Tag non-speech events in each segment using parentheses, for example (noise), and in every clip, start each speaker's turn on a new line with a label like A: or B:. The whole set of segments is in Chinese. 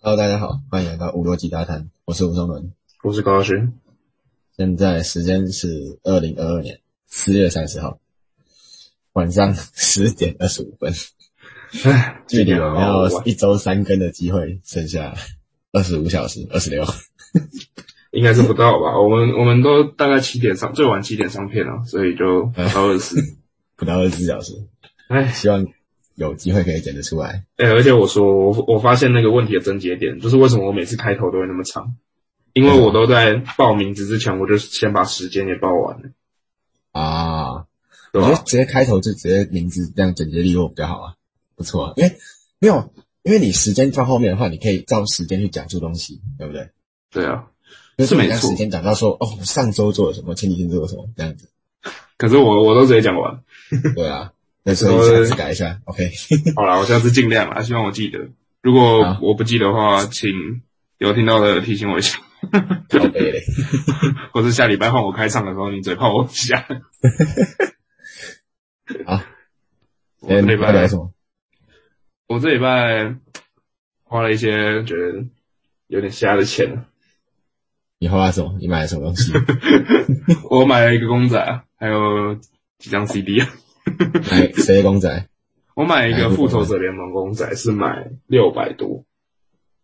A: Hello，大家好，欢迎来到五六级大谈，我是吴宗伦。
B: 我是高耀勋。
A: 现在时间是二零二二年四月三十号晚上十点二十五分，
B: 唉，
A: 距离
B: 今天
A: 我们
B: 好
A: 要
B: 晚
A: 一周三更的机会剩下二十五小时二十六。
B: 应该是不到吧？我们我们都大概七点上，最晚七点上片了，所以就不到二十。
A: 不到二十四小时，
B: 唉，
A: 希望有机会可以剪得出来。
B: 哎、而且我说，我我发现那个问题的症结点，就是为什么我每次开头都会那么长，因为我都在报名字之前，我就先把时间也报完了，
A: 啊，我
B: 对
A: 觉
B: 吧
A: 得？直接开头就直接名字这样简洁利落比较好啊，不错啊，因为没有，因为你时间放后面的话，你可以照时间去讲述东西，对不对？
B: 对啊。
A: 就是
B: 没错
A: 你让时间讲到说，哦，我上周做了什么，前几天做了什么，这
B: (laughs)
A: 样子，
B: 可是我我都直接讲完。
A: 对啊，那所以下次改一下，OK，
B: 好啦，我下次尽量啦，希望我记得。如果
A: 好
B: 我不记得的话，请有听到的提醒我一下，
A: 好背 (laughs) 嘞。
B: 或者下礼拜换我开唱的时候，你嘴炮我一下。
A: (laughs) 好，哎
B: 我这礼
A: 要聊
B: 拜
A: 什么？
B: 我这礼拜花了一些觉得有点瞎的钱，
A: 你花了什么？你买了什么
B: (laughs)
A: 东西？
B: 我买了一个公仔，啊还有几张 CD 啊。
A: 买谁的公仔？
B: 我买一个复仇者联盟公仔是买六百多，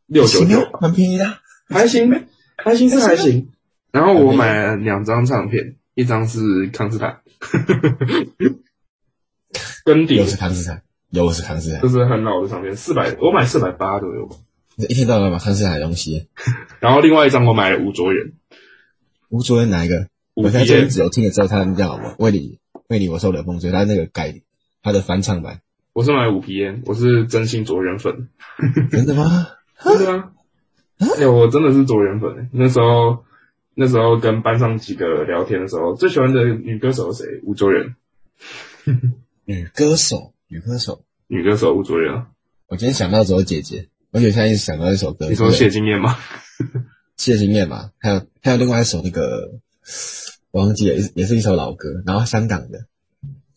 B: 六九
A: 行
B: 九
A: 啊，蛮便宜的啊。
B: 还行呗，还行是还行。然后我买了两张唱片，一张是康
A: (laughs)
B: 斯坦， (laughs) 跟顶
A: 又是康斯坦，又是康斯坦
B: 就，是很老的唱片，四百我买四百八左右吧。
A: 你一天到晚买康斯坦的东西。
B: 然后另外一张我买了吴卓源，
A: 吴卓源哪一个？
B: 吴
A: 我现在
B: 卓
A: 终于
B: 源
A: 只有听了之后，他们叫我为你为你我受冷风吹，他那个改他的翻唱
B: (laughs)
A: 版，
B: 我是买五皮烟，我是真心卓源粉。
A: 真的吗？
B: 真的啊！哎、我真的是卓源粉、欸那时候，那时候跟班上几个聊天的时候，最喜欢的女歌手是谁？吴卓源，嗯
A: 女歌手，女歌手，
B: 女歌手吴卓源啊。
A: 我今天想到只有姐姐，而且现在一直想到一首歌，
B: 你说
A: 对
B: 谢金燕吗？
A: 谢金燕嘛，还有还有另外一首那个我忘记了，也是也是一首老歌，然后香港的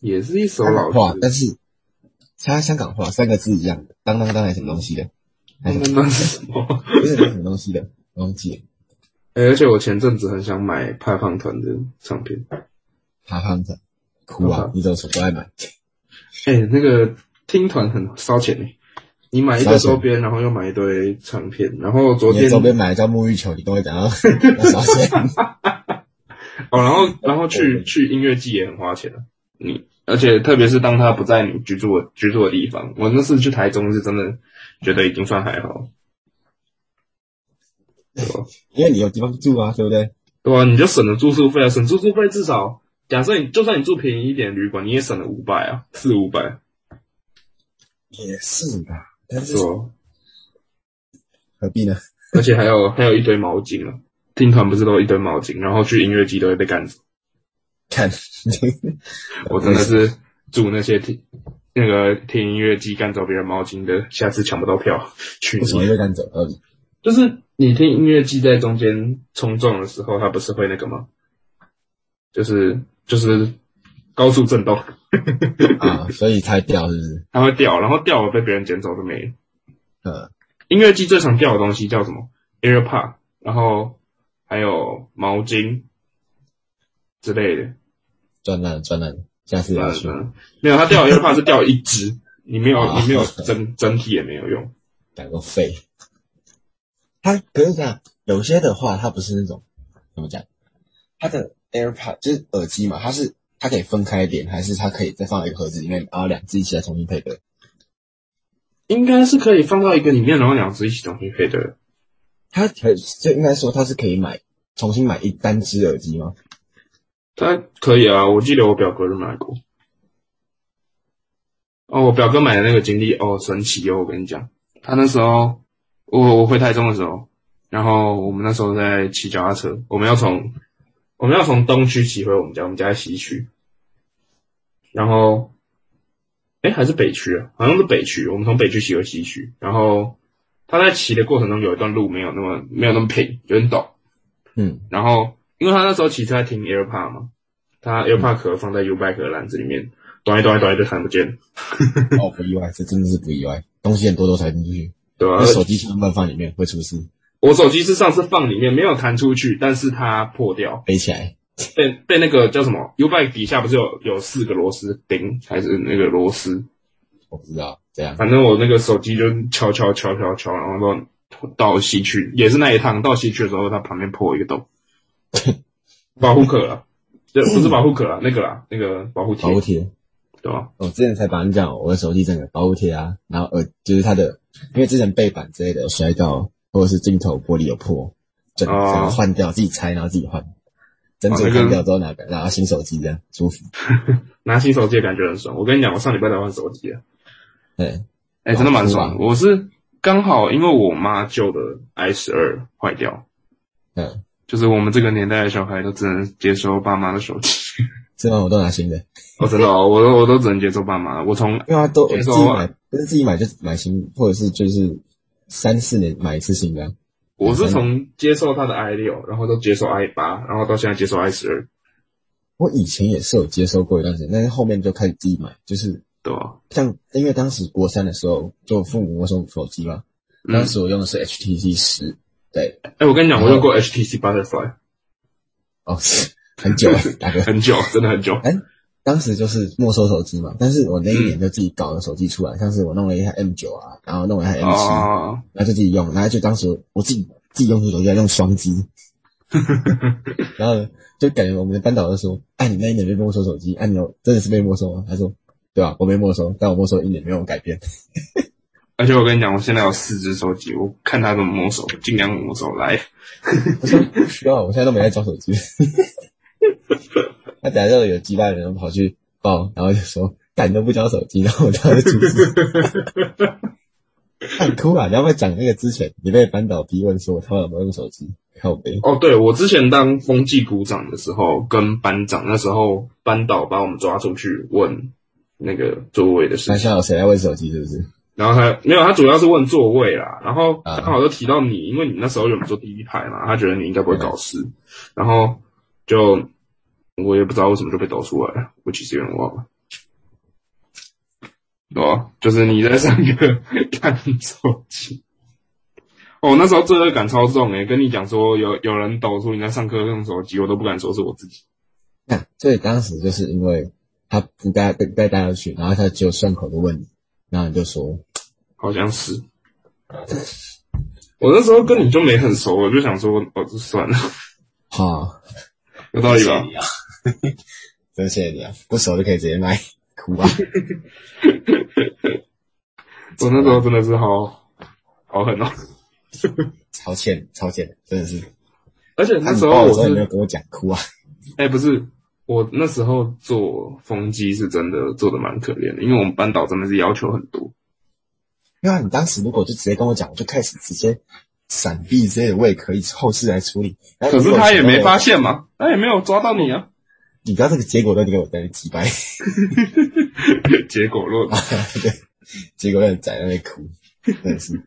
B: 也是一首
A: 香
B: 老
A: 港话，
B: 歌
A: 但。是它香港话三个字一样的，当当当还是什么东西的，还是
B: 那那是什么？
A: 不是什么东西的，我忘记了，
B: 哎、而且我前阵子很想买派胖团的唱片。
A: 爬胖子。哭啊！你怎么什么都爱买？
B: 哎、那个听团很烧钱、欸，你买一
A: 烧
B: 堆
A: 钱
B: 周边，然后又买一堆唱片，然后昨
A: 你的
B: 天
A: 周边买了叫沐浴球，你跟我讲
B: (laughs)
A: 要要啥钱？
B: 哦，然后然后去去音乐季也很花钱的、你而且特别是当他不在你居住的居住的地方，我那次去台中是真的觉得已经算还好，对吧？
A: 因为你有地方住啊，对不对？
B: 对吧？你就省了住宿费啊，省住宿费至少假设你就算你住便宜一点的旅馆，你也省了五百啊，四五百，
A: 也是吧，但
B: 是
A: 是
B: 吧？
A: 何必呢？ (laughs)
B: 而且还有还有一堆毛巾啊，听团不是都有一堆毛巾，然后去音乐季都会被赶走。
A: 看，
B: 我真的是祝那些听那个听音乐季干走别人毛巾的，下次抢不到票，去
A: 为什么
B: 你！
A: 会赶走？呃，
B: 就是你听音乐季在中间冲撞的时候，它不是会那个吗？就是就是高速震动，
A: 啊，所以拆掉是不是？
B: 它会掉，然后掉了被别人捡走就没了。
A: 呃，
B: 音乐季最常掉的东西叫什么？AirPod，然后还有毛巾之类的。
A: 赚烂了赚烂了，下次也要说，
B: 嗯，没有，它掉 AirPod 是掉一只，你没有
A: 啊
B: 你没有整整体也没有用。
A: 改个肺。它可是这样，有些的话，它不是那种怎么讲，它的 AirPod 就是耳机嘛，它是它可以分开点，还是它可以再放到一个盒子里面，然后两只一起来重新配对？
B: 应该是可以放到一个里面，然后两只一起重新配的。
A: 它可以就应该说它是可以买重新买一单只耳机吗？
B: 它可以啊，我记得我表哥就买过。哦，我表哥买的那个经历哦，神奇哦！我跟你讲，他那时候我我回台中的时候，然后我们那时候在骑脚踏车，我们要从我们要从东区骑回我们家，我们家在西区，然后哎还是北区啊，好像是北区，我们从北区骑回西区，然后 (laughs) 他在骑的过程中有一段路没有那么没有那么平，有点陡，
A: 嗯，
B: 然后因为他那时候骑车在听 AirPod 嘛，他 AirPod
A: 嗯
B: 壳放在 U bike 的篮子里面，短一短一短一就弹不见了，
A: 哦，不意外，这真的是不意外，东西很多都塞不进去，
B: 对吧、
A: 那手机千万放里面会出事，
B: 我手机是上次放里面没有弹出去，但是它破掉，
A: 背起来。
B: 被被那个叫什么 U bike 底下不是有有四个螺丝钉还是那个螺丝，
A: 我不知道这样，
B: 反正我那个手机就敲敲敲敲敲，然后到到西区也是那一趟，到西区的时候它旁边破一
A: (laughs)
B: 个洞，保护壳了，这不是保护壳了，啊那个啦，那个保护贴
A: 保护贴。
B: 对吧？
A: 我之前才把你讲，我的手机整个保护贴啊，然后呃，就是它的，因为之前背板之类的有摔到，或者是镜头玻璃有破，整
B: 哦
A: 整个换掉，自己拆，然后自己换，整组
B: 哦那个
A: 换掉之后拿个，然后新手机这样舒服。
B: 拿新手机的感觉很爽，我跟你讲，我上礼拜才换手机了。啊
A: 对，
B: 哎、真的蛮爽
A: 哦
B: 的。我是刚好因为我妈旧的 i 十二坏掉，
A: 嗯，
B: 就是我们这个年代的小孩都只能接收爸妈的手机。
A: 这帮我都拿新的，
B: 哦，真的哦， (laughs) 我都我都只能接收爸妈。我从
A: 因为它都我
B: 接
A: 自
B: 收
A: 己买，不是自己买就买新，或者是就是三四年买一次新的啊。
B: 我是从接受他的 i 六，然后到接受 i 八，然后到现在接受 i 十二，
A: 我以前也是有接收过一段时间，但是后面就开始自己买，就是
B: 对哦吧？
A: 像因为当时国三的时候，就父母会送手机嘛，
B: 嗯
A: 当，时我用的是 HTC 十，对，
B: 哎、我跟你讲，我用过 HTC Butterfly
A: 哦，很久了，大哥。
B: 很久， (laughs) 真的很久。
A: 当时就是没收手机嘛，但是我那一年就自己搞了手机出来，像是我弄了一台 M 九啊，然后弄了一台 M 七、
B: 哦，
A: 然后就自己用，然后就当时我自己自己用出手机来用双击，
B: (laughs)
A: 然后呢就感觉我们的班导就说：“哎、你那一年被没收手机，哎、你有真的是被没收吗？”他说：“对吧、我没没收，但我没收一年没有改变。
B: 而且我跟你讲，我现在有四只手机，我看他怎么摸手，尽量摸手来。”
A: 我说：“不需 (laughs) 要，我现在都没在装手机。” (laughs) 他等下就有几百人跑去报，然后就说：“干你都不交手机，然后我当时主持。”看哭啊！你要不要讲那个之前你被班导逼问说他们有没有用手机？靠背，
B: 哦，对，我之前当风纪股长的时候，跟班长那时候班导把我们抓出去问那个座位的事
A: 班
B: 情，
A: 上有谁在问手机是不是？
B: 然后他没有，他主要是问座位啦，然后
A: 啊
B: 他刚好就提到你，因为你那时候有坐第一排嘛，他觉得你应该不会搞事，然后就我也不知道为什么就被抖出来了，我其实有点忘了。哦，就是你在上课看手机。哦，那时候罪恶感超重诶、跟你讲说有有人抖出你在上课用手机，我都不敢说是我自己。
A: 看，所以当时就是因为他不带被被带出去，然后他只有顺口的问你，然后你就说
B: 好像是。我那时候跟你就没很熟，我就想说，哦，就算了，
A: 好，
B: 有道理吧？
A: 你啊， (laughs) 真谢谢你啊，不熟就可以直接卖，哭啊！
B: 我那时候真的是好好狠哦，
A: 超欠，超欠，真的是。
B: 而且那
A: 那
B: 时候
A: 我
B: 我
A: 说你没有
B: 是，
A: 跟我讲哭啊？
B: 哎、不是，我那时候做风机是真的做的蛮可怜的，因为我们班导真的是要求很多，
A: 因为你当时如果就直接跟我讲，我就开始直接闪避之类的，我也可以后事来处理。然后
B: 可
A: 如
B: 是
A: 果
B: 他也
A: 结果
B: 没发，现嘛，他也没有抓到你啊， (laughs)
A: 你不要这个结果都给我在那击败，
B: 结果落得
A: 对，结果让你在那边哭，真的是。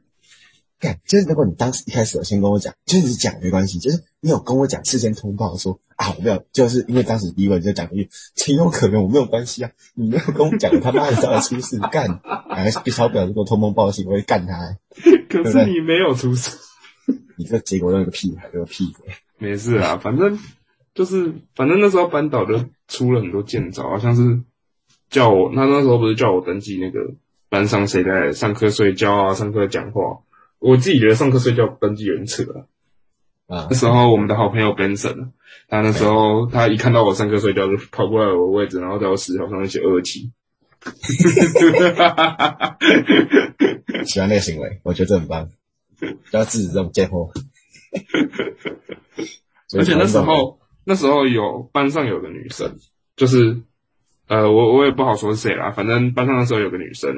A: 干，就是如果你当时一开始有先跟我讲，就是你讲没关系，就是你有跟我讲事先通报说啊，我没有，就是因为当时第一问就讲一句情有可原，我没有关系啊，你没有跟我讲，我他妈的知道出事，干，哎，小婊子给我通风报信，我会干他、
B: 可是你没有出手，
A: 你这个结果让个屁孩，这个屁孩，
B: 没事啊，反正就是，反正那时候班导就出了很多剑招，好像是叫我，他那时候不是叫我登记那个班上谁在上课睡觉啊，上课讲话。我自己觉得上课睡觉登记有点扯啊。
A: 啊
B: 那，时候我们的好朋友 Benson，他那时候他一看到我上课睡觉，就跑过来我的位置，然后在我石头上面写二七。
A: 喜欢那个行为，我觉得这很棒，不要制止这种贱货。
B: 而且那时候那时候有班上有个女生，就是呃，我我也不好说是谁啦，反正班上那时候有个女生，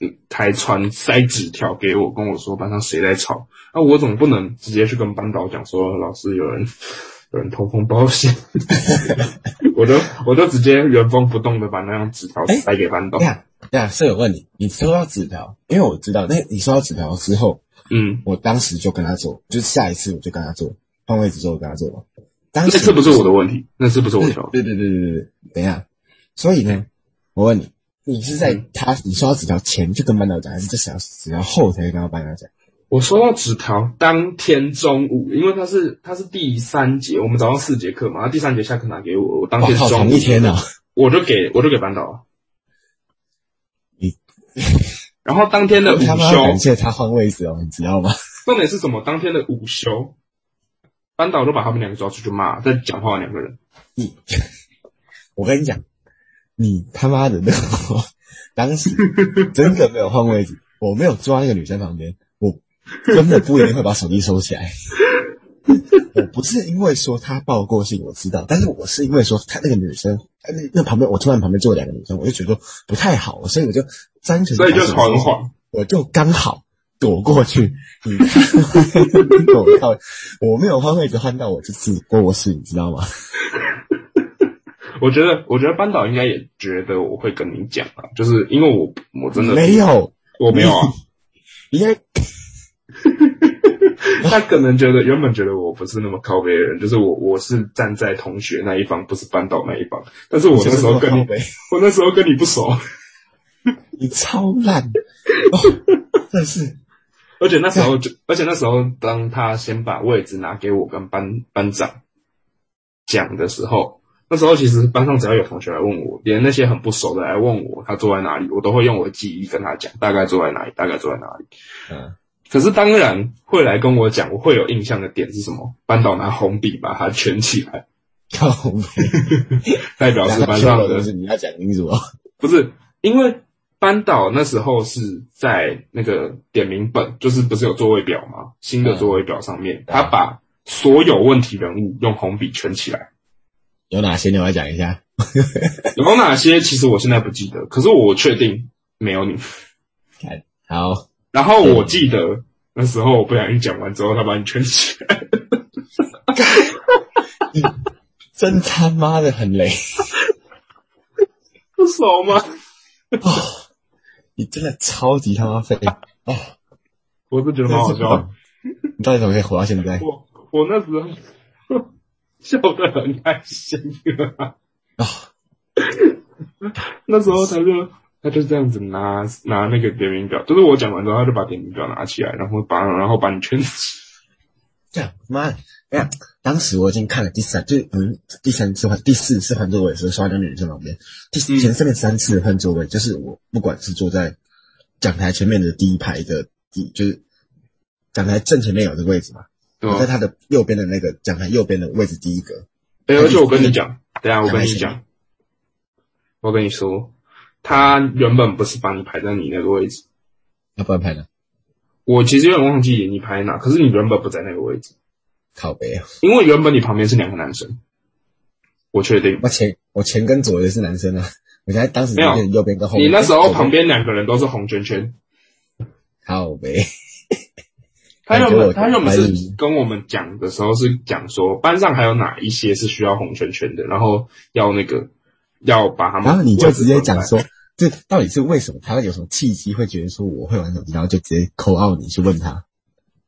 B: 嗯，还传塞纸条给我，跟我说班上谁在吵，那、我总不能直接去跟班导讲说老师有人有人通风报信， (laughs) 我就我就直接原封不动的把那张纸条塞给班导
A: 哎，呀呀，舍友问你，你收到纸条？因为我知道，那你收到纸条之后，
B: 嗯，
A: 我当时就跟他做，就是下一次我就跟他做换位置之后我跟他做嘛。当
B: 那
A: 时
B: 次不是我的问题，那次不是我挑的。
A: 对对对对对，等一下。所以呢，我问你，你是在
B: 嗯
A: 他你收到纸条前就跟班导讲，还是在小纸条后才跟他班导讲？
B: (laughs) 我收到纸条当天中午，因为他是他是第三节，我们早上四节课嘛，啊他第三节下课拿给我，我当
A: 哇
B: 天啊
A: 靠，
B: 中
A: 同
B: 午
A: 一天哦，
B: 我就给我就给班导啊了。
A: 你
B: 然后当天的午
A: 他妈感
B: 休，
A: 谢他换位置哦，你知道吗？
B: 重点是什么？当天的午休，班导就把他们两个抓出去骂，在讲话的两个人。
A: 你， (laughs) 我跟你讲，你他妈的那个，当时真的没有换位置，我没有坐在那个女生旁边，我根本不一定会把手机收起来。我不是因为说她报过信，我知道，但是我是因为说她那个女生，呃那那旁边我突然旁边坐两个女生，我就觉得不太好，所以我就单纯
B: 所以就
A: 把手机收
B: 传
A: 起来
B: 话，
A: 我就刚好躲过去，你看， (laughs) 躲到我没有换位置换到我就自己过我事，你知道吗？
B: 我觉得，我觉得班导应该也觉得我会跟你讲啊，就是因为我我真的
A: 没，有，
B: 我没有啊，
A: 因为
B: (laughs) 他可能觉得原本觉得我不是那么靠背的人，就是我我是站在同学那一方，不是班导那一方。但是我那时候跟你，我那时候跟你不熟，
A: 你超烂，哦、真的是
B: 而且那时候就，而且那时候当他先把位置拿给我跟班班长讲的时候，那时候其实班上只要有同学来问我，连那些很不熟的来问我他坐在哪里，我都会用我的记忆跟他讲大概坐在哪里，大概坐在哪里。
A: 嗯，
B: 可是当然会来跟我讲，我会有印象的点是什么？班导拿红笔把它圈起来，
A: 靠背，
B: 代表是班上
A: 就
B: 的
A: 是你要讲清楚哦。
B: 不是，因为班导那时候是在那个点名本，就是不是有座位表吗？新的座位表上面，他把所有问题人物用红笔圈起来，
A: 有哪些你要讲一下？
B: 有哪些其实我现在不记得，可是我确定没有你。
A: 好，
B: 然后我记得那时候我不小心讲完之后，他把你圈起来，
A: 真他妈的很雷，
B: 不熟吗？
A: 你真的超级他妈废，哦
B: 我是觉得蛮好笑的。
A: 你到底怎么可以活到现在？
B: 我我那时候 (laughs) 笑得很开心啊。
A: 啊、
B: 那时候他就他就这样子拿拿那个点名表，就是我讲完之后，他就把点名表拿起来，然后把然后把你圈起。
A: 这样妈的，哎呀，当时我已经看了第三，就是嗯，第三次换第四次换座位的时候，刷到女生旁边，第
B: 嗯
A: 前上面三次换座位，就是我不管是坐在讲台前面的第一排的第，就是讲台正前面有这个位置嘛，
B: 对
A: 我在
B: 吧？
A: 他的右边的那个讲台右边的位置第一格，
B: 哎、而且我跟你讲，等一下我跟你
A: 讲
B: 讲，我跟你说，他原本不是把你排在你那个位置，
A: 要不然排哪？
B: 我其实有点忘记你排哪，可是你原本不在那个位置，
A: 靠背啊！
B: 因为原本你旁边是两个男生，我确定。
A: 我前我前跟左也是男生啊，我现在当时就
B: 没有
A: 变成右边跟后面。
B: 你那时
A: 哎
B: 候
A: 左
B: 旁边两个人都是红圈圈，
A: 靠背，
B: 他原
A: 还哎给我
B: 本他原本
A: 白
B: 是
A: 蚁
B: 跟我们讲的时候是讲说班上还有哪一些是需要红圈圈的，然后要那个要把他们，
A: 然后啊你就直接讲，说，这到底是为什么他会有什么契机会觉得说我会玩手机，然后就直接扣奥你去问他，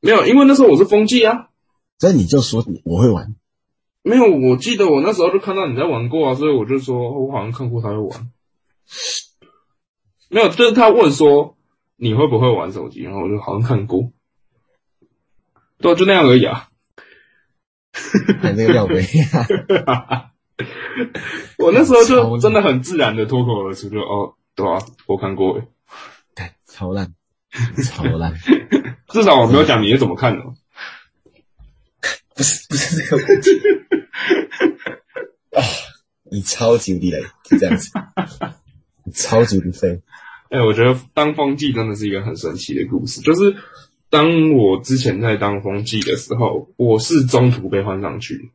B: 没有，因为那时候我是风纪啊，
A: 所以你就说你我会玩，
B: 没有，我记得我那时候就看到你在玩过啊，所以我就说我好像看过他会玩，没有，就是他问说你会不会玩手机，然后我就好像看过，对啊，就那样而已啊。
A: 看这个料杯， (laughs)
B: 我那时候
A: 超
B: 就
A: 烂
B: 真的很自然的脱口而出，就哦，对啊，我看过欸，
A: 干超烂，超烂，
B: 至少我没有讲你是怎么看的。
A: 不是不是这个问题啊，你超级无敌雷，就这样子，你超级无敌废，
B: 哎、我觉得当风纪真的是一个很神奇的故事。就是当我之前在当风纪的时候，我是中途被换上去。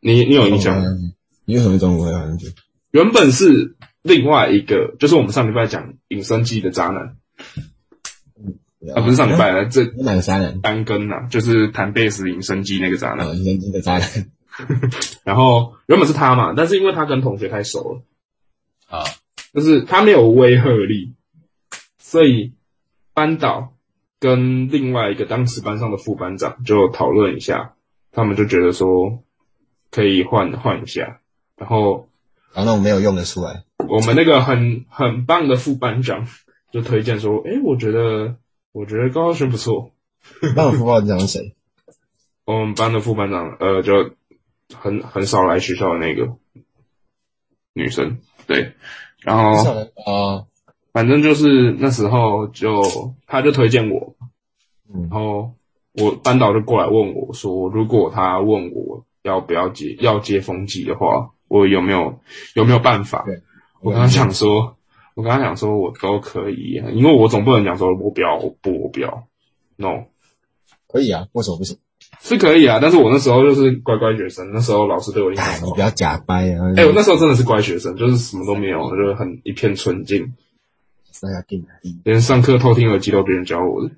B: 你你有印象吗？
A: 嗯你为什么中午会玩手机？
B: 原本是另外一个，就是我们上礼拜讲隐身机的渣男啊，不是上礼拜，这
A: 嗯哪个渣男？
B: 单根呐、就是弹贝斯隐身机那个渣男。
A: 啊，你真的渣男
B: 然后原本是他嘛，但是因为他跟同学太熟了，
A: 啊，
B: 就是他没有威慑力，所以班导跟另外一个当时班上的副班长就讨论一下，他们就觉得说，可以换换一下。然后
A: 然后啊那种没有用的出来，
B: 我们那个很很棒的副班长就推荐说，诶，我觉得我觉得高浩轩不错。
A: 那我副班长是谁？
B: 我们班的副班长，呃，就很很少来学校的那个女生，对。然后
A: 少人啊，
B: 反正就是那时候就他就推荐我，
A: 嗯
B: 然后我班导就过来问我说，如果他问我要不要接要接风纪的话，我有没有有没有办法
A: 对？
B: 我跟他讲说，我跟他讲说我都可以，啊因为我总不能讲说我不要，我不我不要，no，
A: 可以啊，为什么不行？
B: 是可以啊。但是我那时候就是乖乖学生，那时候老师对我印象
A: 哎，
B: 很
A: 你
B: 好
A: 不。要假掰啊！
B: 哎、我那时候真的是乖学生，就是什么都没有，就是很一片纯净，
A: 那要定哪里？
B: 连上课偷听耳机都别人教我的。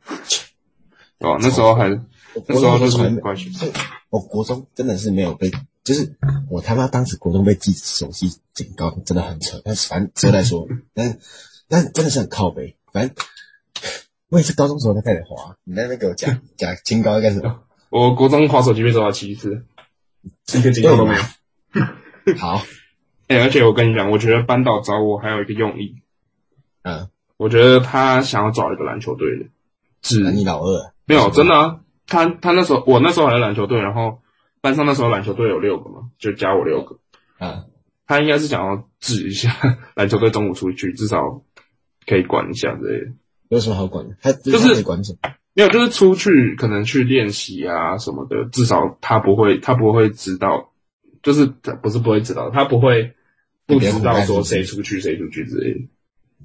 B: 哦，那时候还
A: 我
B: 那时候
A: 国中
B: 就是
A: 从来没
B: 很乖学生，
A: 我国中真的是没有被，就是我他妈当时国中被记手机警告，真的很扯。但是反正之后再说，但是但是真的是很靠背。反正我也是高中时候才开始滑，你在那边给我
B: (laughs)
A: 讲讲清高干什么？
B: 我国中划手机被抓了七次，一个警告都没有。 (laughs)
A: 好，啊
B: 哎、而且我跟你讲，我觉得班导找我还有一个用意，
A: 嗯，
B: 我觉得他想要找一个篮球队的，只
A: 那你老二，
B: 没有真的啊。他他那时候我那时候还在篮球队，然后班上那时候篮球队有六个嘛，就加我六个。
A: 啊，
B: 他应该是想要治一下篮球队中午出去，至少可以管一下之类的。
A: 有什么好管的？他
B: 就是
A: 他可以管什么？
B: 没有，就是出去可能去练习啊什么的，至少他不会，他不会知道，就是他不是不会知道，他不会不知道说谁出去谁出去之类的。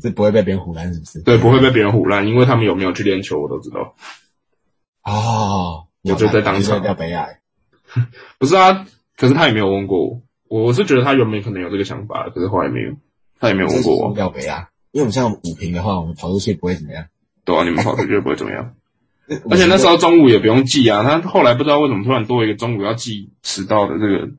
A: 是不会被别人唬烂是不是？
B: 对，不会被别人唬烂，因为他们有没有去练球我都知道。
A: 哦，
B: 我就在当场
A: 要北矮，
B: 不是啊，可是他也没有问过我，我是觉得他原本可能有这个想法，可是后来没有，他也没有问过我。
A: 要北矮。因为我们像五平的话，我们跑出去不会怎么样。
B: 对啊，你们跑出去不会怎么样。而且那时候中午也不用记啊，他后来不知道为什么突然多一个中午要记迟到的这个，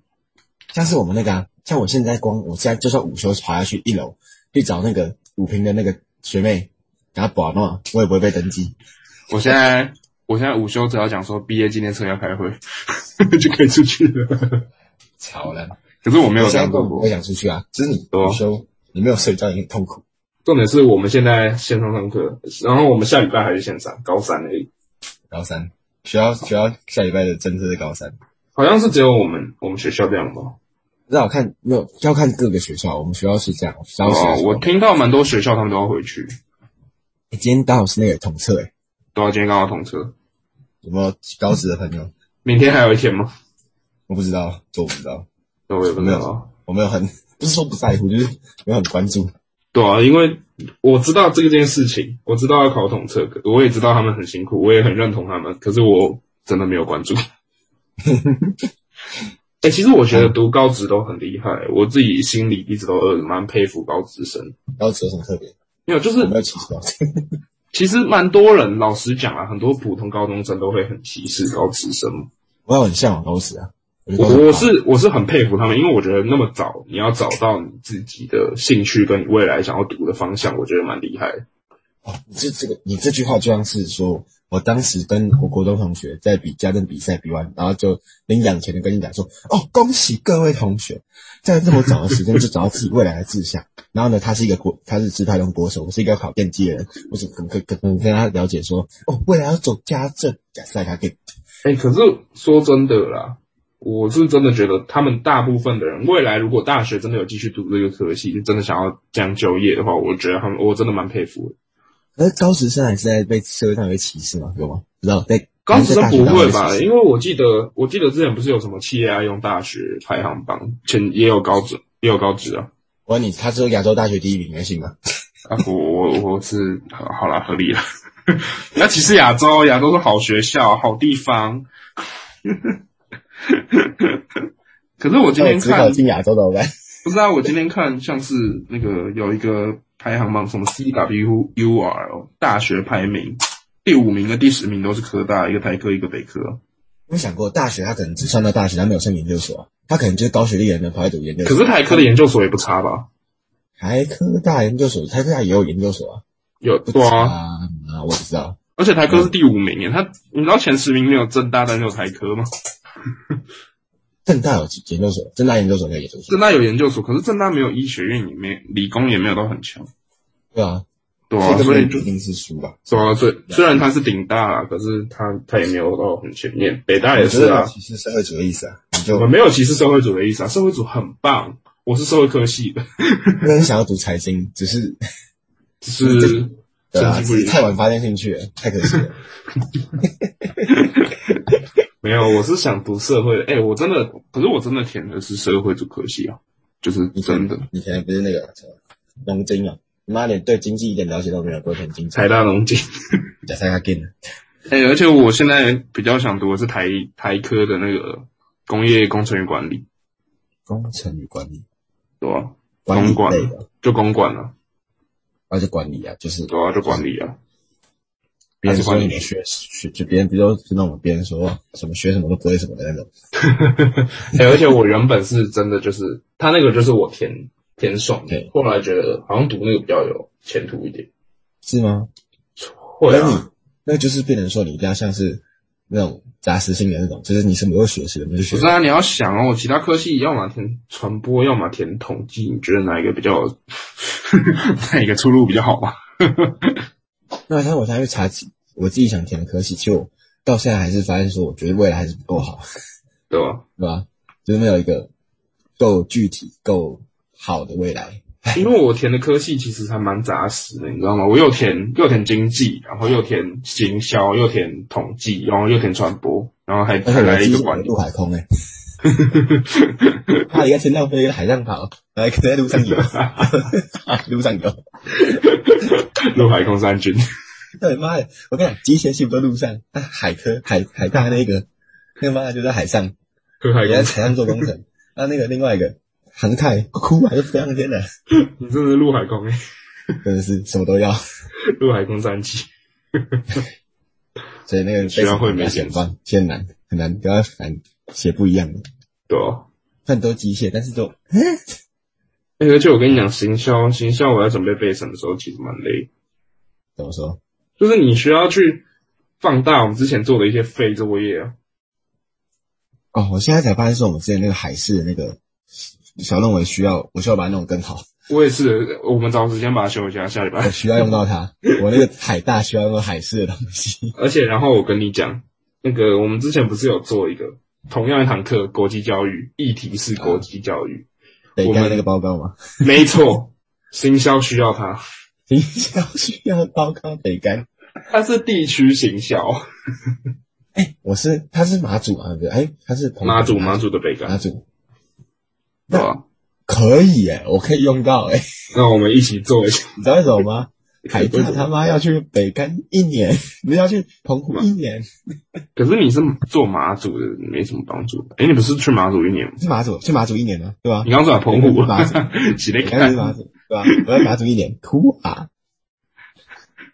A: 像是我们那个啊，像我现在光我现在就算午休爬下去一楼去找那个五平的那个学妹，然后保暖，我也不会被登记。
B: 我现在我现在午休只要讲说毕业纪念册要开会， (laughs) 就可以出去了。
A: 巧了，
B: 可是我没有
A: 我
B: 这
A: 现在
B: 样做
A: 根本不
B: 过
A: 会。想出去啊，只是你
B: 对啊
A: 午休你没有睡觉，你很痛苦。
B: 重点是我们现在线上上课，然后我们下礼拜还是线上，高三而已，
A: 高三学校学校下礼拜的政策是高三，
B: 好像是只有我们我们学校这样吧。
A: 那我看没有要看各个学校，我们学校是这样，学校是、
B: 哦，我听到蛮多学校他们都要回去，
A: 你哎今天刚好是那个统测诶、哎
B: 对啊，今天刚好通车，
A: 有没有高职的朋友？
B: 明天还有一天吗？
A: 我不知道，这我不知道，
B: 对我也不知道。
A: 我没有啊很不是说不在乎，就是没有很关注。
B: 对啊，因为我知道这件事情，我知道要考统测，我也知道他们很辛苦，我也很认同他们，可是我真的没有关注。哎、其实我觉得读高职都很厉害，我自己心里一直都呃蛮佩服高职生。
A: 高职有什么特别？
B: 没有，就
A: 我
B: 是
A: 没有歧视高职，
B: 其实蛮多人，老实讲啊，很多普通高中生都会很歧视高职生。
A: 我有很向往高职啊。我觉得
B: 我
A: 高职很棒
B: 我是我是很佩服他们，因为我觉得那么早你要找到你自己的兴趣跟你未来想要读的方向，我觉得蛮厉害的。
A: 哦，你这这个你这句话就像是说，我当时跟我国中同学在比家政比赛比完，然后就领奖前的跟你讲说，哦， (laughs) 恭喜各位同学，在这么早的时间就找到自己未来的志向。然后呢，他是一个国，他是自拍龙国手，我是一个要考电机的人，我是很跟跟跟跟他了解说，哦，未来要走家政，假赛他可以
B: 哎、可是说真的啦，我是真的觉得他们大部分的人，未来如果大学真的有继续读这个科系，就真的想要这样就业的话，我觉得他们我真的蛮佩服的。
A: 可是呃高职生还是在被社会上有被歧视吗？有吗？不知道，在
B: 高职生不
A: 还
B: 会吧？
A: 是在大学当中被歧视
B: 因为我记得，我记得之前不是有什么企业爱用大学排行榜，前也有高职，也有高职啊。
A: 我问你，他是亚洲大学第一名，还行吗？
B: 啊，我我我是好好啦，合 (laughs) 理了。那其实亚洲，亚洲是好学校、好地方。 (laughs) 可是我今天
A: 只
B: 看
A: 考进亚洲怎么办？
B: 不是啊，我今天看像是那个有一个排行榜，什么 CWUR 哦大学排名，第五名跟第十名都是科大，一个台科，一个北科。
A: 有没有想过，大学他可能只上到大学，他没有上研究所、啊，他可能就是高学历的人能跑来读研究
B: 可
A: 所。
B: 是台科的研究所也不差吧？
A: 台科大研究所，台科大也有研究所啊。
B: 有
A: 不
B: 对啊，
A: 啊，啊我不知道。
B: 而且嗯台科是第五名耶，他你知道前十名没有正大，但是有台科吗？
A: 正大有研究所，正大研究所没有研究所
B: 正，大有研究所，可是正大没有医学院，也没理工也没有都很强，
A: 对啊，
B: 对
A: 这
B: 啊，
A: 个
B: 所以
A: 本
B: 就
A: 一定是输吧。
B: 对啊，虽虽然他是顶大啦，可是他他也没有到很前面，北大也
A: 我觉
B: 是
A: 得
B: 啊，嗯
A: 其实社会主义意思啊，你
B: 我
A: 就
B: 们没有歧视社会主义的意思啊，社会主义很棒，我是社会科系的，
A: 没有人想要读财经，只是
B: 只是
A: 对啊，
B: 成绩不
A: 只
B: 一
A: 是
B: 样
A: 太晚发现兴趣了，太可惜了。
B: 没有，我是想读社会的，哎、我真的，可是我真的填的是社会主科系啊，就是
A: 你
B: (laughs) 真的，
A: 你可能不是那个什么农经啊，你妈连对经济一点了解都没有，不会很精彩。
B: 台大农经。
A: 再参加 game，
B: (laughs) 哎、而且我现在比较想读的是台台科的那个工业工程与管理，
A: 工程与管理，
B: 对吧、
A: 管理
B: 公管
A: 类的，
B: 就公管了，
A: 而且管理啊，就是
B: 对啊，就管理啊，
A: 别人
B: 还是
A: 说
B: 管理
A: 你学学，就别人比如说是那种别人说什么学什么都不会什么的那种，
B: (laughs) 哎、而且我原本是真的就是，他那个就是我填填爽的
A: 对，
B: 后来觉得好像读那个比较有前途一点。
A: 是吗？
B: 会
A: 那
B: 啊，
A: 你那就是变成说你一定要像是那种杂食性的那种，就是你什么都学，什么就学
B: 不是。啊，你要想哦，其他科系要么填传播，要么填统计，你觉得哪一个比较 (laughs) 有，哪一个出路比较好啊嘛？
A: 那像我现在去查起我自己想填的科系，就到现在还是发现说，我觉得未来还是不够好，
B: 对吧？
A: 对吧？就是没有一个够具体、够好的未来。
B: 因为我填的科系其实还蛮杂实的，你知道吗？我又填又填经济，然后又填行销，又填统计，然后又填传播，然后还
A: 而
B: 还
A: 且我
B: 来
A: 的
B: 一
A: 机
B: 个
A: 是
B: 管理。
A: 陆海空
B: (laughs)
A: 哎、欸，他应该先浪费一个海上跑，来可能在路上游，路上游。
B: (laughs) 陆海空三军，
A: 对，妈的！我跟你讲，机械系不在路上，啊、海科海海大那个，那个妈的就在海上，
B: (laughs) 陆海
A: 也在
B: 空，
A: 海上做工程。那、那个另外一个航太，哭还是飞上天的，
B: 你真的是陆海空哎，
A: 真的是什么都要。
B: 陆海空三级。
A: 所以那个
B: 居然会没
A: 选
B: 钱
A: 棒，其实很难很难，跟他反写不一样的，
B: 对哦、
A: 很多机械，但是都
B: 哎而且我跟你讲，行销行销，我在准备备审的时候其实蛮累，
A: 怎么说？
B: 就是你需要去放大我们之前做的一些废作业啊。
A: 哦，我现在才发现说我们之前那个海事的那个小论文需要，我需要把它弄得更好，
B: 我也是，我们找时间把它修一下，下
A: (laughs)
B: 礼
A: 我
B: 拜。
A: 需要用到它，我那个海大需要用到海事的东西。
B: 而且，然后我跟你讲，那个我们之前不是有做一个同样一堂课，国际教育议题是国际教
A: (laughs)
B: 育，
A: 对，
B: 我
A: 刚
B: 们
A: 才那个报告吗？
B: 没错，行销需要它，
A: 营销需要报告北干。
B: 它是地区行销，
A: 我是他是马祖啊，对不对，哎，他是澎湖
B: 马祖马祖的北
A: 马
B: 干，
A: 祖，
B: 对吧？
A: 可以耶，我可以用到
B: (laughs)
A: 哎，
B: 那我们一起做一下，
A: 你知道为什么
B: (laughs)
A: 吗？海
B: 为
A: 大
B: 什么
A: 他妈要去北干一年，你要去澎湖一年，
B: 可是你是做马祖的，没什么帮助。哎，你不是去马祖一年吗？
A: 是马祖去马祖一年呢，对吧
B: 你？刚说来澎湖，
A: 马祖
B: (laughs) 起来
A: 北干
B: 看
A: 是，马祖，对吧？我要马祖一年，哭啊！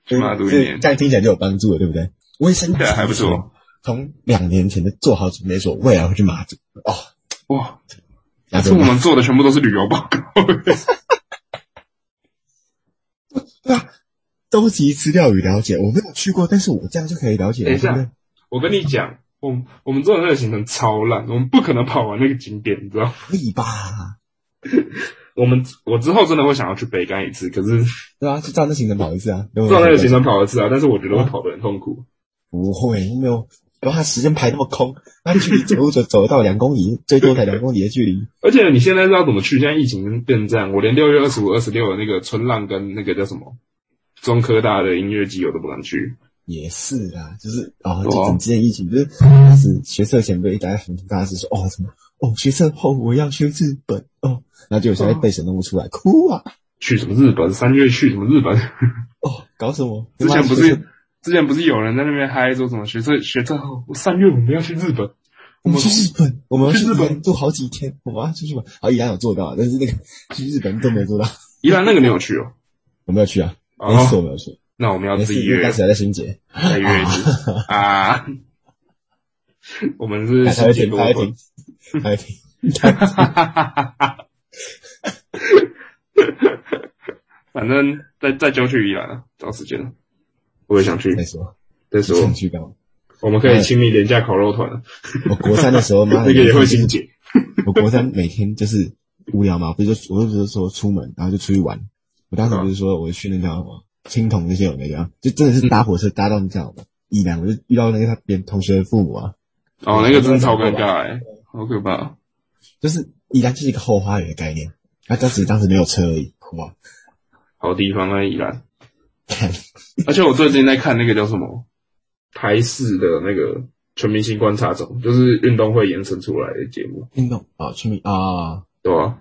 B: 去马祖一年
A: 这样听起来就有帮助了，对不对？卫生
B: 对，还不错。
A: 从两年前就做好准备，说未来会去马祖哦，
B: 哇！
A: 马
B: (laughs) 是
A: 祖
B: 我们做的全部都是旅游报告，
A: 对啊，收集资料与了解，我没有去过，但是我这样就可以了解了。
B: 等一下
A: 对不对
B: 我跟你讲，我们我们做的那个行程超烂，我们不可能跑完那个景点，你知道吗？
A: 可以吧？
B: 我们我之后真的会想要去北干一次，可是
A: 对啊，就照那行程跑一次啊。照
B: 照那个行程跑一次啊，但是我觉得我跑得很痛苦。
A: 不会，因为我然后他时间排那么空，那距离走路走走到两公里，最多才两公里的距离。
B: 而且你现在知道怎么去？现在疫情变成这样，我连六月二十五、二十六的那个春浪跟那个叫什么中科大的音乐季我都不敢去。
A: 也是啊，就是哦，
B: 对啊
A: 就整件疫情，就是当时学社前辈大家很大声说哦什么哦学社后我要去日本哦，然后结果现在被神弄不出来，哭啊
B: 去什么日本？三月去什么日 (laughs) 本？
A: 哦搞什么？
B: 之前不
A: 他妈学
B: 是
A: 社
B: 之前不是有人在那边嗨说什么学这学这后三月我们要去日本，
A: 我
B: 我
A: 们
B: 们
A: 去日本，我们要
B: 去
A: 去
B: 日
A: 日
B: 本
A: 本住好几天，我们要去日本，好，依然有做到，但是那个 (laughs) 去日本都没有做到。
B: 宜兰那个你有去哦？
A: 我没有去啊，
B: 哦
A: 没，事，我没有去，
B: 那我们要
A: 没
B: 自
A: 事，
B: 己
A: 因为
B: 约
A: 当时还在新杰，
B: 再约一次
A: (laughs)
B: 啊。 (laughs) 我们是
A: 他会
B: 世界
A: 停，
B: 多
A: 他会
B: 会
A: 停，他会停。
B: 反正再再揪去宜兰啊，找时间了。我也想去
A: 再，说，
B: 再说
A: 嗯想去干嘛？
B: 我们可以亲密廉价烤肉团， (laughs)
A: 我国三的时候，妈的，
B: 那个也会心结。
A: 我国三每天就是无聊嘛，不是就我就只是说出门，然后就出去玩。我当时不是说我去那叫什么青铜那些有没有？就真的是搭火车搭到那叫什么宜兰，我就遇到那个他别人同学的父母啊，
B: 哦，那个真的超尴尬、欸，好可怕。
A: 就是宜兰就是一个后花园的概念。啊，当时当时没有车而已，哇！
B: 好地方啊，宜兰。而且我最近在看那个叫什么台视的那个全明星观察中，就是运动会延伸出来的节目，
A: 运动啊，全民啊，
B: 对吧、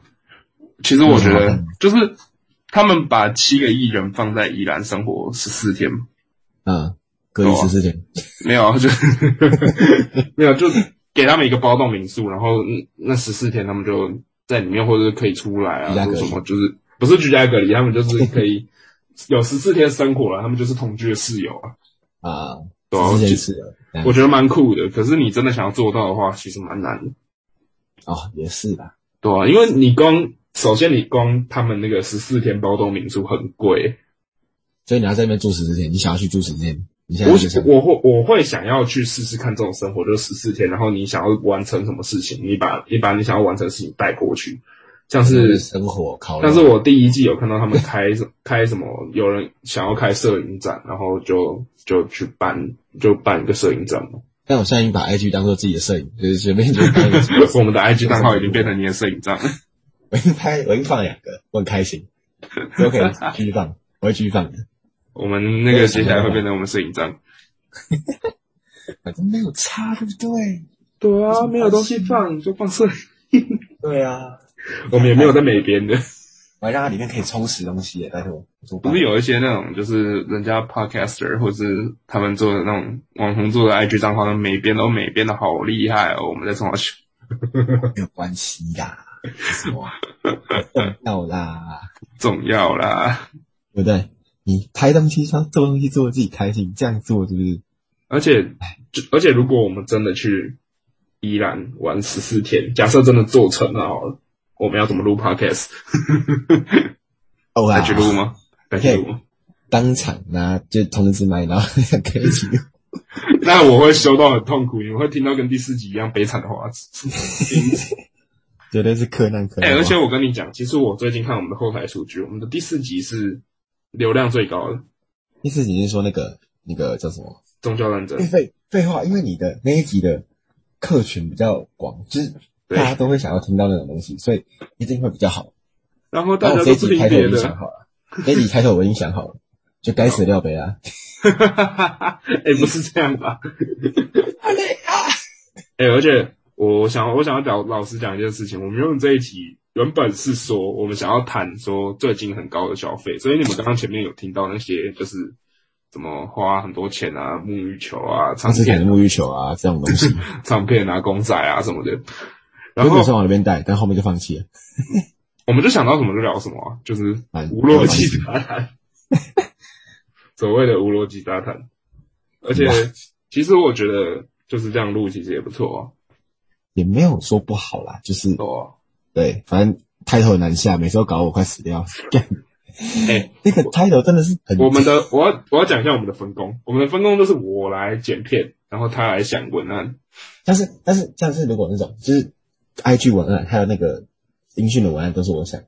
B: 其实我觉
A: 有什么好
B: 得
A: 看
B: 就是他们把七个艺人放在宜兰生活十四天，
A: 嗯，隔离
B: 有啊
A: 十四天，
B: 没有，啊 (laughs) 就是没有，就给他们一个包栋民宿，然后嗯那十四天他们就在里面，或者是可以出来
A: 居家
B: 啊，
A: 隔
B: 或
A: 离
B: 者什么，就是不是居家隔离，他们就是可以有十四天生活了，他们就是同居的室友啊，
A: 啊，
B: 对啊，
A: 十四
B: 其
A: 天
B: 实
A: 是了这样
B: 我觉得蛮酷的。可是你真的想要做到的话，其实蛮难的，
A: 哦，也是吧，
B: 对啊，因为你光首先你光他们那个十四天包栋民宿很贵，
A: 所以你要在那边住十四天，你想要去住十四天，你现在
B: 我
A: 就想，
B: 我会我会想要去试试看这种生活，就十四天，然后你想要完成什么事情，你把你把你想要完成的事情带过去，像是。
A: 生活考虑，
B: 但是我第一季有看到他们开什开什么，有人想要开摄影展，然后就就去办就办一个摄影展嘛。，
A: 但我现在已经把 IG 当做自己的摄影，就是随便就拍一个什么
B: (laughs) 我们的 IG 账号已经变成你的摄影账，
A: 我已经拍，我已经放了两个，我很开心，都可以继续放，我会继续放的，
B: 我们那个接下来会变成我们摄影账。
A: 反正没有差，对不对？
B: 对啊，没有东西放，你就放摄影。
A: 对啊，
B: 我们也没有在美编的，
A: 我还让它里面可以充实东西耶，拜托，怎么办
B: 不是有一些那种就是人家 podcaster 或是他们做的那种网红做的 IG 账号，那美编都美编的好厉害哦。我们在从小学，
A: 没有关系啦，什么重要啦，
B: 重要啦。
A: 对不对？你拍东西，像做东西做得自己开心，这样做是不是？
B: 而且，就而且如果我们真的去宜兰玩十四天，假设真的做成了好了，我们要怎么录 podcast？
A: 哦
B: 再
A: 啊，
B: 去录吗？再去录吗？
A: 当场拿就同时买，然后两个一起录。
B: (laughs) 那我会修到很痛苦，你们会听到跟第四集一样悲惨的话。
A: 绝对是柯南柯
B: 哎、
A: 南。
B: 而且我跟你讲，其实我最近看我们的后台数据，我们的第四集是流量最高的
A: 意思你是说那个那个叫什么？
B: 宗教战争
A: 哎。废废话，因为你的那一集的客群比较广，就是大
B: 对
A: 家都会想要听到那种东西，所以一定会比较好。
B: 然后大
A: 那
B: 家
A: 我这
B: 都
A: 一
B: 是
A: 集
B: 听
A: 开头
B: 别
A: 我已经想
B: 的，
A: 好了，这一集开头我已经想好了，就该死的廖北啊！
B: (laughs) 哎、不是这样吧？ (laughs) 哎、而且我想，我想要老老实讲一件事情，我们用这一题原本是说我们想要谈说最近很高的消费，所以你们刚刚前面有听到那些就是怎么花很多钱啊，沐浴球啊，
A: 上
B: 唱
A: 次可
B: 片
A: 能沐浴球啊这种东西，
B: 唱片啊，公仔啊什么的，然
A: 原
B: 后
A: 本是往那边带，但后面就放弃了。
B: 我们就想到什么就聊什么、啊，就是
A: 蛮
B: 无逻辑杂谈， (laughs) 所谓的无逻辑杂谈。而且
A: 哇
B: 其实我觉得就是这样录其实也不错啊
A: 也没有说不好啦，就是
B: 哦。哦，
A: 对，反正开头很难下，每次都搞得我快死掉。
B: 哎
A: 那个开头真的是很
B: 我们的我要我要讲一下我们的分工，我们的分工就是我来剪片，然后他来想文案。
A: 但是但是但是如果那种就是 IG 文案还有那个音讯的文案都是我想，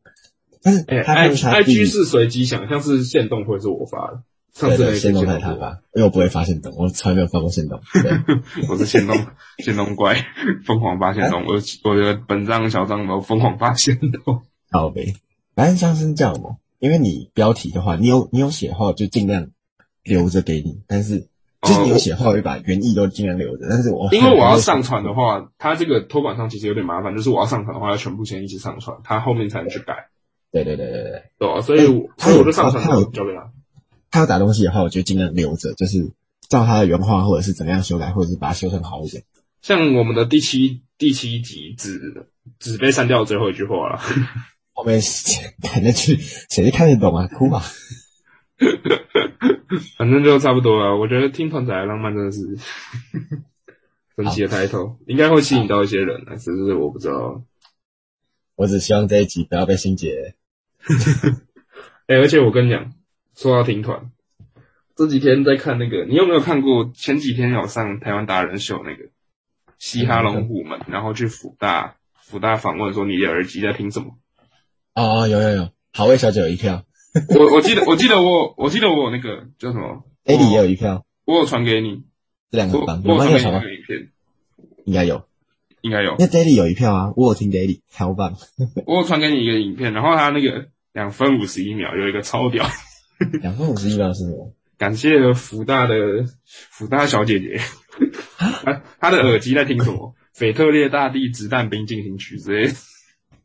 A: 但是
B: 哎、
A: 他
B: i
A: 看他
B: I
A: 自己
B: G 是随机想，像是限动会是我发的，上
A: 对
B: 次那
A: 对
B: 个
A: 先动
B: 动
A: 太他吧，因为我不会发现动，我从来没有发过现动。
B: (laughs)
A: 对，
B: 我是限动限动怪，疯狂发现
A: 啊
B: 动，我我的本账小账都疯狂发现动。
A: 好呗，反正像是这样嘛，因为你标题的话，你有你有写的话就尽量留着给你，但是就是你有写的话，我会把原意都尽量留着，但是我
B: 哦 (laughs) 因为我要上传的话，它这个托管上其实有点麻烦，就是我要上传的话要全部先一起上传，它后面才能去改，
A: 对对对对对。
B: 对吧、所以我、
A: 哎它
B: 所
A: 有
B: 以我就上传
A: 它它有
B: 交给他。
A: 他要打东西的话，我就尽量留着，就是照他的原话或者是怎么样修改，或者是把它修成好一点。
B: 像我们的第七第七集只只被删掉最后一句话了，
A: 后面感觉去谁看得懂啊？哭啊！
B: 反正就差不多了。我觉得听团仔的浪漫真的是 (laughs) 神奇的抬头，应该会吸引到一些人，啊只是我不知道。
A: 我只希望这一集不要被心姐
B: 哎、而且我跟你讲，说到听团，这几天在看那个，你有没有看过前几天有上台湾达人秀那个嘻哈龙虎门，然后去辅大福大访问说你的耳机在听什么？
A: 哦，有有有，好味小姐有一票，
B: 我我记得我记得我我记得我有那个叫什么
A: a d 也有一票，
B: 我有传给你，
A: 这两个
B: 我
A: 很棒，
B: 我
A: 有
B: 有
A: 吗？有
B: 传给嗯你
A: 抢
B: 那
A: 吗？
B: 个影片，
A: 应该有，
B: 应该有。
A: 那 Daily 有一票啊，我有听 Daily，超棒。
B: 我有传给你一个影片，然后他那个两分五十一秒有一个超屌，
A: 两分五十一秒是什么？
B: 感谢福大的福大小姐姐，她 (laughs) 她的耳机在听什么？腓特烈大帝直弹兵进行曲之类的，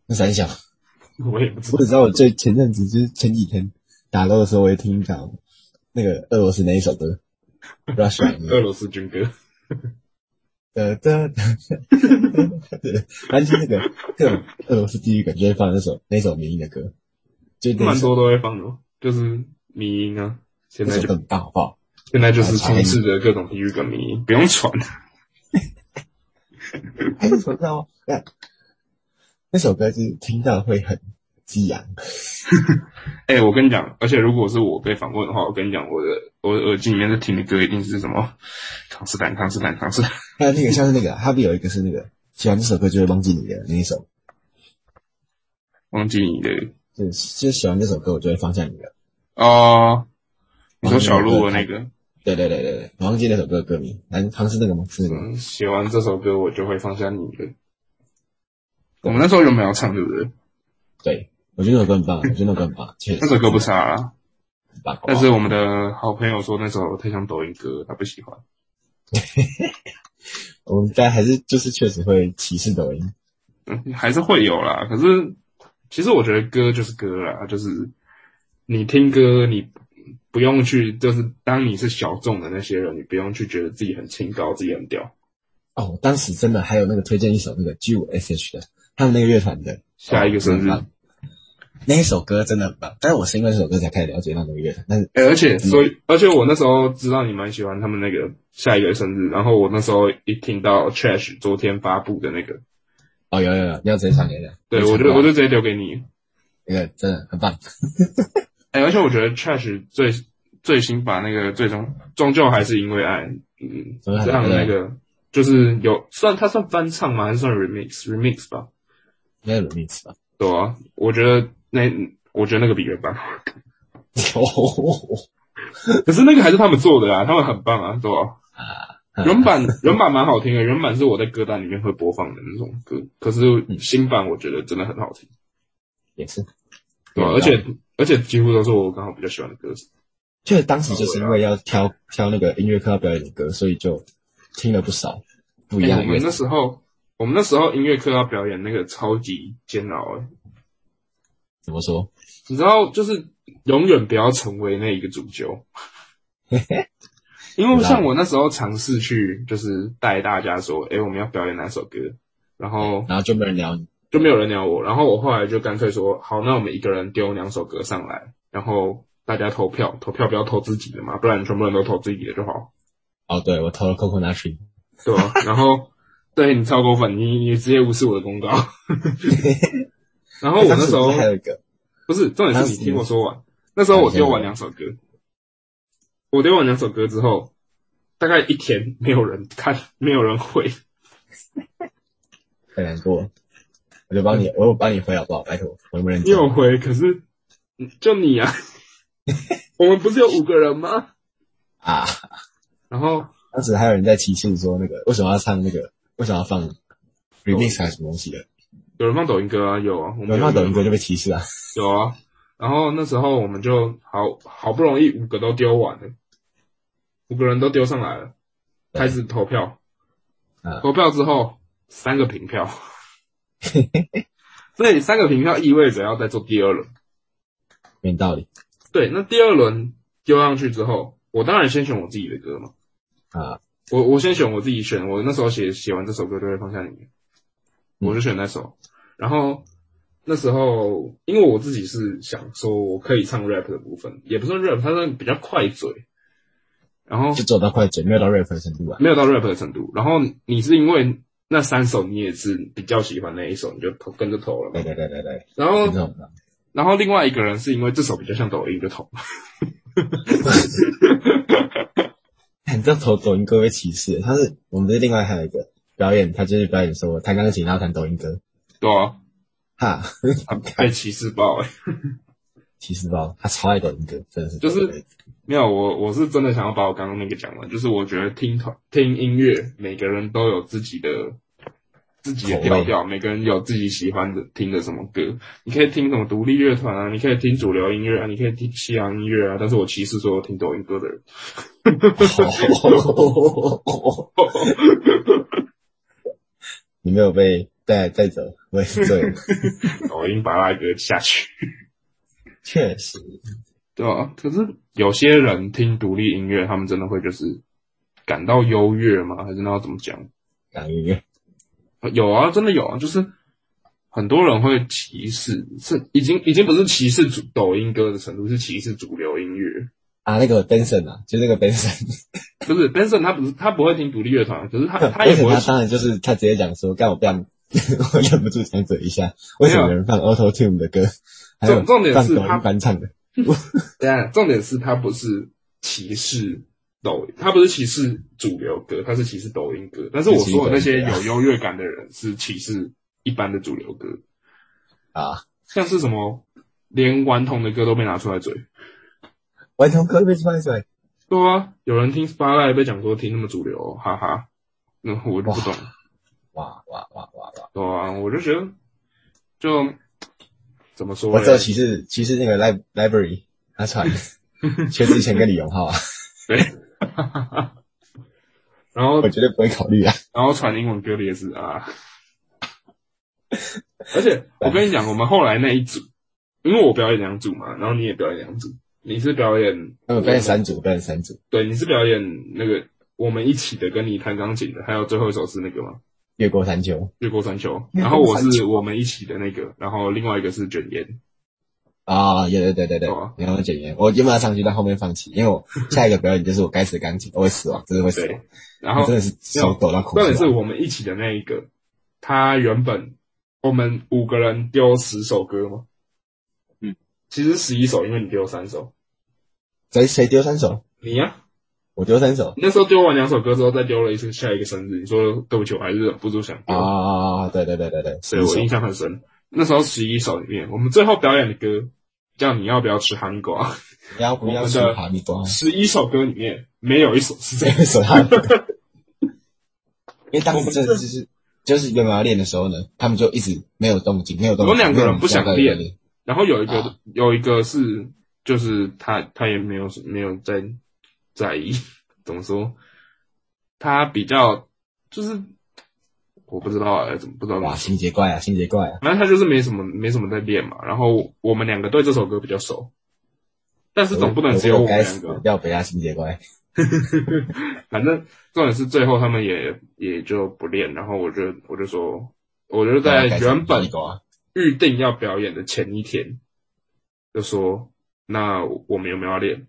A: 那三小，
B: 我也不知
A: 我
B: 道
A: 只知道我最前阵子就是前几天打肉的时候，我也听到那个俄罗斯那一首歌，Rush
B: 俄
A: Hour
B: 罗斯军歌。
A: 的的的，反正就是那个各种俄罗斯地狱梗就会放那首那首民音的歌，就那
B: 蛮
A: 首
B: 多都会放的哦，就是迷音啊。现
A: 那
B: 在
A: 首
B: 就
A: 歌很棒，好不好？
B: 现在就是充斥着各种体育梗迷音，不用传。 (laughs)
A: 哎，你怎么知道吗？那那首歌就是听到会很激昂，
B: 哎、我跟你讲，而且如果是我被访问的话，我跟你讲，我的我的耳机里面在听的歌一定是什么康斯坦、康斯坦、康斯坦。
A: 还有那个像是那个，他不有一个是那个喜欢这首歌就会忘记你的那一首，
B: (laughs) 忘记你的
A: 就是就是喜欢这首歌我就会放下你了。
B: 哦，你说小鹿的那个，
A: 对对对对对，我忘记那首歌的歌名，南方是那个吗？是那个吗
B: 嗯，写完这首歌我就会放下你的。我们那时候有没有唱，对不对？
A: 对，我觉得那首歌很棒，我觉得那首歌很棒，确实
B: 那首歌不差啦，
A: 很棒。
B: 但是我们的好朋友说那首太像抖音歌，他不喜欢。
A: 我们家还是就是确实会歧视抖音，
B: 嗯，还是会有啦。可是其实我觉得歌就是歌啦，就是你听歌，你不用去，就是当你是小众的那些人，你不用去觉得自己很清高，自己很屌。
A: 哦，我当时真的还有那个推荐一首那个 G 五 S H 的，他们那个乐团的
B: 下一个生日，
A: 哦那一首歌真的很棒，但是我是因为这首歌才开始了解到那个乐团，但是
B: 哎、而且所以，而且我那时候知道你蛮喜欢他们那个下一个生日，然后我那时候一听到 Trash 昨天发布的那个，
A: 哦有有有，你要直接传给他，
B: 对我就我就直接留给你。
A: 那个真的很棒，
B: 哎、而且我觉得 Trash 最最新把那个最终终究还是因为爱，嗯，
A: 终究还是因为爱
B: 让那个就是有算它算翻唱吗？还是算 remix remix 吧？
A: 应该有 remix 吧？ (laughs)
B: 对啊，我觉得那我觉得那个比原版 (laughs) 好，
A: 哦，
B: 可是那个还是他们做的啊，他们很棒啊，对吧、
A: 嗯
B: 原版原版蛮好听的，原版是我在歌单里面会播放的那种歌，可是
A: 嗯
B: 新版我觉得真的很好听，
A: 也是，
B: 对吧、
A: 嗯
B: 而且而且几乎都是我刚好比较喜欢的歌手。
A: 就是当时就是因为要挑挑那个音乐课要表演的歌，所以就听了不少不一
B: 哎
A: 样
B: 我
A: 的乐
B: 们那
A: 团。
B: 时候，我们那时候音乐课要表演那个超级煎熬、欸，
A: 怎么说？
B: 你知道，就是永远不要成为那一个主
A: (laughs)
B: 角。因为像我那时候尝试去，就是带大家说，诶，我们要表演哪首歌，然后
A: 然后就没人聊你，
B: 就没有人鸟我，然后我后来就干脆说，好，那我们一个人丢两首歌上来，然后大家投票，投票不要投自己的嘛，不然全部人都投自己的就好。
A: 哦，对我投了 Coconut Tree，
B: 对吧、
A: (laughs)
B: 然后对你超过分，你你直接无视我的公告。 (laughs) 然后我那时候
A: 当还有一个，
B: 不是重点
A: 当
B: 是
A: 时
B: 你听我说完，那时候我丢完两首歌，我丢完两首歌之后，大概一天没有人看， (laughs) 没有人会。
A: 很难过，我就帮你，我有帮你回好不好？拜托，嗯我没人
B: 你
A: 接。
B: 有回，可是嗯就你
A: (laughs)
B: 啊，我们不是有五个人吗？
A: 啊，
B: 然后
A: 当时还有人在起诉说那个为什么要唱那个，为什么要放 remix 还是什么东西的？
B: 有人放抖音歌啊，有啊，我们
A: 然
B: 有
A: 后抖音歌就被歧视啊！
B: 有啊。然后那时候我们就好好不容易五个都丢完了，五个人都丢上来了，
A: 对
B: 开始投票。
A: 嗯
B: 投票之后三个
A: (laughs)
B: 平票，所以三个平票意味着要再做第二轮。
A: 没道理
B: 对，那第二轮丢上去之后，我当然先选我自己的歌嘛。
A: 啊！
B: 我我先选我自己选，我那时候写写完这首歌就会放下你，我就选那首。然后那时候因为我自己是想说我可以唱 rap 的部分，也不算 rap，它算比较快嘴，然后
A: 就走到快嘴，没有到 rap 的程度啊！
B: 没有到 rap 的程度。然后你是因为那三首你也是比较喜欢那一首，你就投跟着投了
A: 对
B: 嘛。
A: 对对对对，
B: 然
A: 就
B: 后
A: 这种的。
B: 然后另外一个人是因为这首比较像抖音就投了。
A: 看你这投抖音歌被歧视，他是我们这另外还有一个表演，他就是表演说弹钢琴，然后弹抖音歌，
B: 对啊，
A: 哈，
B: 他被歧视爆哎、
A: 其实吧，他超爱人格，真的是
B: 就是没有，我我是真的想要把我刚刚那个讲完，就是我觉得听团听音乐，每个人都有自己的自己的
A: 口味
B: 调调，每个人有自己喜欢的听的什么歌，你可以听什么独立乐团啊，你可以听主流音乐啊，你可以听西洋音乐啊，但是我歧视所有听抖音歌的人。
A: 好。你没有被带带走，我也是醉了。
B: (laughs) 抖音把那个下去，
A: 确实，
B: 对啊，可是有些人听独立音乐，他们真的会就是感到优越吗？还是那要怎么讲？
A: 港音乐
B: 有啊，真的有啊，就是很多人会歧视，是已经已经不是歧视主抖音歌的程度，是歧视主流音乐。
A: 啊，那个 Benson 啊，就那个 Benson，
B: 不是 Benson 他不是他不会听独立乐团，可是他他也
A: Benson
B: 不会
A: 他当然就是他直接讲说，干我不想，我忍不住想嘴一下，为什么有人放 Auto Tune 的歌，还有
B: 重重点
A: 放
B: 是
A: 抖
B: 他
A: 音翻唱的？
B: 对啊，重点是他不是歧视抖，他不是歧视主流歌，他是歧视抖音歌。但是我说的那些有优越感的人是歧视一般的主流歌，
A: 啊，
B: 像是什么连顽童的歌都被拿出来嘴。
A: 顽童歌被翻出来，
B: 对啊，有人听 Spotlight 被讲说听那么主流哦、哈哈，那我就不懂。
A: 哇哇哇哇哇！
B: 对啊，我就觉得就怎么说
A: 我
B: 嘞
A: 只有歧视歧视那个 Lib Library 他传，薛之谦跟李荣浩啊，
B: 对，然后
A: 我绝对不会考虑啊。
B: 然后传英文歌的也是啊。而且我跟你讲，我们后来那一组，因为我表演两组嘛，然后你也表演两组，你是表演
A: 那我分三组，分三组，
B: 对，你是表演那个我们一起的，跟你弹钢琴的，还有最后一首是那个吗？
A: 越过山丘
B: 越过山丘。
A: 越过山丘
B: 然后我是我们一起的那个，然后另外一个是卷烟。
A: 啊，对对对对对
B: 哦，
A: 你要简言，我原本要上去，但后面放弃，因为我下一个表演就是我该死的钢琴，我会死亡，真的会死
B: 对
A: 亡，，
B: 然后
A: 我真的是手抖到哭出
B: 重
A: 来。
B: 点是我们一起的那一个，他原本我们五个人丢十首歌嘛，
A: 嗯，
B: 其实十一首，因为你丢三首，
A: 谁谁丢三首？
B: 你呀、
A: 我丢三首
B: 你那时候丢完两首歌之后，再丢了一次下一个生日，你说对不起，我还是忍不住想丢，
A: 啊！对对对对对，
B: 所以我
A: 十一
B: 印
A: 首
B: 象很深。那时候十一首里面，我们最后表演的歌叫你要不要吃哈密瓜，
A: 不要不
B: 我
A: 要
B: 们
A: 吃
B: 的
A: 哈密瓜，
B: 十一首歌里面没有一首是这
A: 这
B: 样。
A: 个手哈密瓜。因为当时真的就是就是原本要练的时候呢，他们就一直没有动静，没有动静。
B: 有两个人不想
A: 没有
B: 练
A: 动静
B: 然后有一个、
A: 啊
B: 有一个是就是他他也没有没有在在意， (laughs) 怎么说？他比较就是我不知道哎、怎么不知道怎么
A: 哇，
B: 说
A: 心结怪啊，心结怪啊！
B: 反正他就是没什么没什么在练嘛。然后我们两个对这首歌比较熟，但是总不能只有我们
A: 该
B: 两
A: 死的
B: 个。 (laughs)
A: 要北大啊心结怪。
B: 反正重点是最后他们也也就不练，然后我就我就说，我就在
A: 该死的
B: 原
A: 哈密
B: 本
A: 瓜
B: 预定要表演的前一天，就说那我们有没有要练？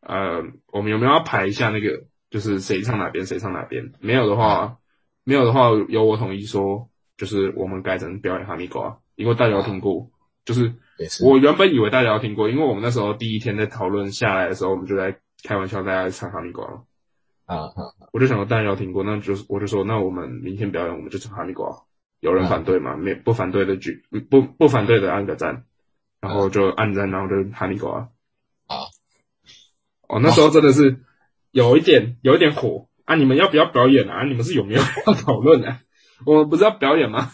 B: 呃，我们有没有要排一下那个，就是谁唱哪边，谁唱哪边？没有的话，没有的话，由我统一说，就是我们改成表演哈密瓜，因为大家都听过，就是
A: 啊也是
B: 我原本以为大家都听过，因为我们那时候第一天在讨论下来的时候，我们就在开玩笑，大家唱哈密瓜嘛。
A: 啊啊，
B: 我就想说大家都听过，那就是我就说，那我们明天表演，我们就唱哈密瓜。有人
A: 嗯
B: 反对吗？没不反对的举嗯不不反对的按个赞，然后就按赞，然后就哈密瓜。
A: 好，
B: 哦，那时候真的是有一点有一点火啊！你们要不要表演啊？你们是有没有要讨论啊？我们不是要表演吗？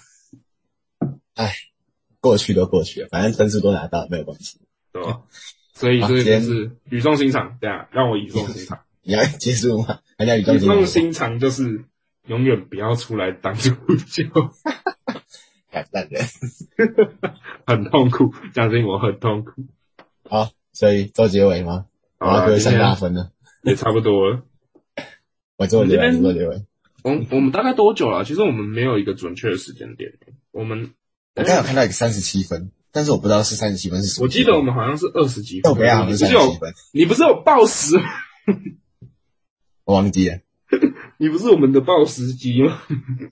A: 过去都过去了，反正分数都拿到，没有关系。
B: 对吧？所以
A: 好
B: 这个
A: 今
B: 就
A: 天
B: 是语重心长，对啊，让我语重心长。
A: 你要 (laughs) 结束吗？还叫你
B: 语
A: 中
B: 重
A: 心？
B: 心长就是永远不要出来当 (laughs) 主角，
A: 感赞的。
B: 很痛苦。相信我，很痛苦。
A: 好，所以做结尾吗？我
B: 好
A: 要
B: 啦
A: 各位
B: 今
A: 上大
B: 天
A: 分了。
B: 也差不多了。
A: 我做结
B: 你这
A: 尾，
B: 边
A: 你做结尾。
B: 我们我们大概多久了？其实我们没有一个准确的时间点。我们
A: 我刚有看到一个三十七分，但是我不知道是三十七分是什么。
B: 我记得我们好像是二十几分
A: 豆，北亚好像
B: 你
A: 是三
B: 不是
A: 十七
B: 有
A: 分，
B: 你不是有报时，
A: 我忘记了，
B: 你不是我们的报时机吗？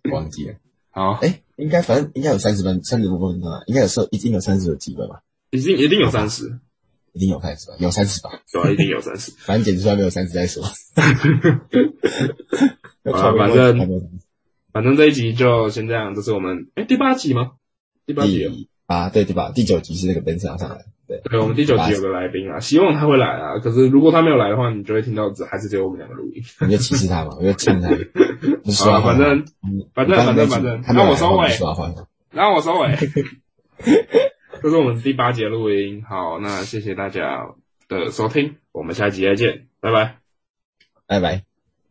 A: 我忘记了。
B: 好，
A: 哎，应该反正应该有三十分，三十多分吧，应该有时候一定有三十几分吧，
B: 已经一定有三十，
A: 一定有三十吧，有三十吧，
B: 对啊，一定有三十。 (laughs)
A: 反正剪出来没有三十再说。 (laughs)
B: 好啦反正反正这一集就先这样，这是我们哎第八集吗？第八集哦，
A: 第啊，对对吧？第九集是那个 Ben 上上来的，对，
B: 对，我们第九集有个来宾啊，希望他会来啊。可是如果他没有来的话，你就会听到只还是只有我们两个录音。
A: 你就歧视他嘛，我就亲他，
B: (laughs)
A: 不
B: 好
A: 说
B: 了，
A: 话
B: 啊反正
A: 嗯
B: 反正反正反正
A: 他没有
B: 那我
A: 来
B: 收
A: 我
B: 尾
A: 就说话，
B: 让我收尾。 (laughs) 这是我们第八节录音，好，那谢谢大家的收听，我们下集再见，拜拜。
A: 拜拜。